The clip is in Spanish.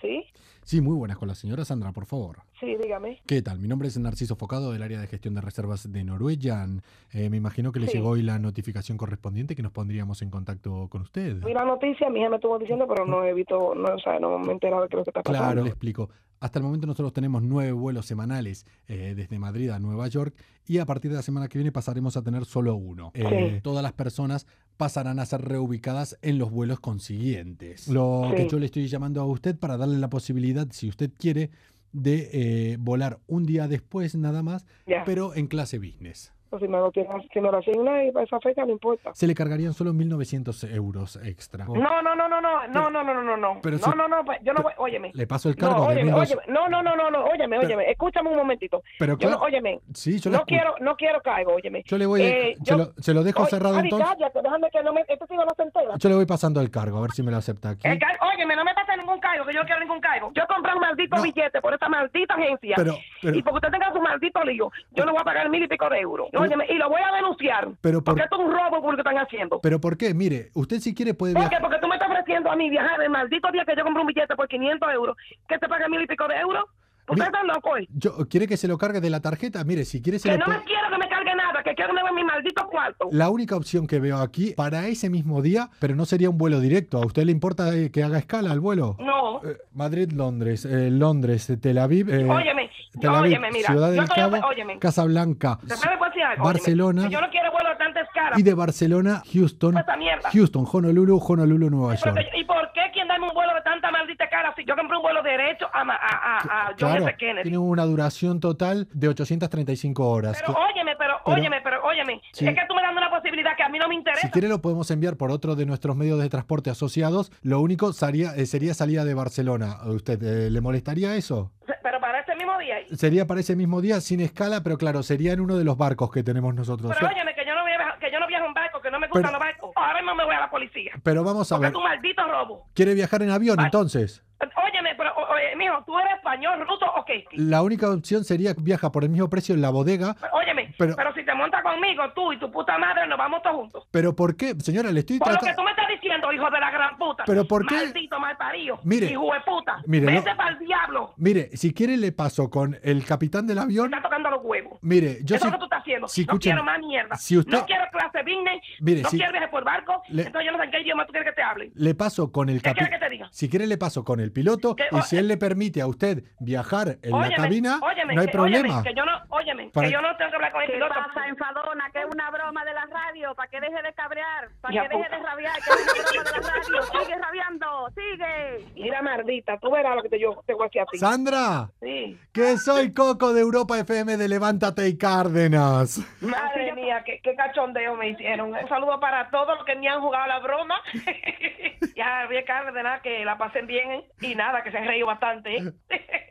¿Sí? Sí, muy buenas con la señora Sandra, por favor. Sí, dígame. ¿Qué tal? Mi nombre es Narciso Focado del área de gestión de reservas de Norwegian. Eh, me imagino que le Sí. llegó hoy la notificación correspondiente que nos pondríamos en contacto con usted. Vi la noticia, mi hija me estuvo diciendo, pero no he visto, no, o sea, no me he enterado de qué es lo que está Claro, pasando. le explico. Hasta el momento nosotros tenemos nueve vuelos semanales eh, desde Madrid a Nueva York y a partir de la semana que viene pasaremos a tener solo uno. Eh, Sí. Todas las personas pasarán a ser reubicadas en los vuelos consiguientes. Lo que Sí. yo le estoy llamando a usted para darle la posibilidad, si usted quiere, de eh, volar un día después nada más, Ya. pero en clase business. Pues si me lo tiene, si me lo asigna y para esa fecha no importa. Se le cargarían solo 1.900 euros extra. No, no, no, no, no, no, no, no, no, no, no, Oh. pero no, si- no, no, pa- yo no voy, óyeme. Le paso el cargo No, de óyeme, 1.200. óyeme, no, no, no, no, no, óyeme, óyeme, escúchame un momentito. Pero Yo no, claro, óyeme, sí, yo la no escucho. quiero, no quiero caigo, óyeme. Yo le voy, de- Eh, se, yo- lo, se lo dejo Oye, cerrado Javi, entonces. cállate, déjame que no me, este tío no se entera. Yo le voy pasando el cargo, a ver si me lo acepta aquí. El ca- óyeme, no me pase ningún caigo, que yo no quiero ningún caigo. Yo compré un maldito No. billete por esta maldita agencia. Pero, pero, y porque usted tenga su maldito lío, yo le voy a pagar mil y pico de euros. Pero- Óyeme, y lo voy a denunciar. Pero por- porque esto es un robo público que están haciendo. pero ¿por qué? Mire, usted si quiere puede ¿Por qué? viajar. Porque tú me estás ofreciendo a mí viajar el maldito día que yo compré un billete por 500 euros, que te pague mil y pico de euros. Mi- ¿Usted está loco? eh? Yo, ¿Quiere que se lo cargue de la tarjeta? Mire, si quiere se Que lo no puede- me quiero que me cargue nada, que quiero que me vea en mi maldito cuarto. La única opción que veo aquí para ese mismo día, pero no sería un vuelo directo. ¿A usted le importa eh, que haga escala el vuelo? No. Eh, Madrid-Londres, eh, Londres, eh, Tel Aviv, eh, Óyeme, Tel Aviv, óyeme, mira, Ciudad yo del estoy- Cabo, óyeme. Casablanca, ¿Te puedo decir algo? Óyeme, Barcelona que yo no quiero vuelo a tantas caras. y de Barcelona, Houston, Esta mierda. Houston, Honolulu, Honolulu, Nueva Pero York. que- ¿Y por qué quien dame un vuelo de tanta maldita cara si yo compré un vuelo derecho a, ma- a, a, a John Claro, F. Kennedy? tiene una duración total de 835 horas. Pero oh, Que- óyeme, pero, pero- óyeme, pero óyeme. Sí. Es que tú me dando una posibilidad que a mí no me interesa. Si quiere lo podemos enviar por otro de nuestros medios de transporte asociados. Lo único sería, eh, sería salida de Barcelona. ¿A ¿Usted eh, le molestaría eso? Se- Pero para este mismo día. Sería para ese mismo día sin escala, pero claro, sería en uno de los barcos que tenemos nosotros. Pero O sea, óyeme, que yo no voy a viajar- que yo no viajo en barco, que no me gustan Pero- los barcos. Ahora mismo me voy a la policía. pero vamos a Porque ver. es un maldito robo. ¿Quiere viajar en avión Vale. entonces? Óyeme, pero o- oye, mijo, tú eres español, ruso o qué? La única opción sería viaja por el mismo precio en la bodega. Pero, Óyeme, Pero- pero, si te montas conmigo, tú y tu puta madre, nos vamos todos juntos. Pero ¿por qué? Señora, le estoy Por lo que tratando... tú me estás diciendo, hijo de la gran puta. Pero, ¿por qué? Maldito malparido. Mire. Hijo de puta. Mire, Vete no- para el diablo. Mire, si quiere le paso con el capitán del avión. Está tocando los huevos. Mire, yo Eso es sí- lo que tú estás haciendo. sí, no escúcheme. quiero más mierda. Si usted- No quiero clase business. Mire, no si- quiero viaje por barco. Le- Entonces yo no sé en qué idioma tú quieres que te hable. Le paso con el ¿Qué capi- quieres que te diga? Si quiere le paso con el piloto Que- y si él le permite a usted viajar en la cabina, óyeme, no hay que- problema. Óyeme, que yo no, óyeme, Para- que yo no tengo que hablar con este el ¿Qué piloto. pasa, enfadona? Que es una broma de la radio. Para que deje de cabrear. Para Ya que deje puta. de rabiar. Que es una broma de la radio. Sigue rabiando. Sigue. Mira, maldita, tú verás lo que te, yo te voy a decir a ti. Sandra, Sí. que soy Coco de Europa FM de Levántate y Cárdenas. Madre mía, qué, qué cachondeo me hicieron. Un saludo para todos los que me han jugado la broma. ya, bien, Cárdenas, que la pasen bien y nada, que se han reído bastante. ¿eh?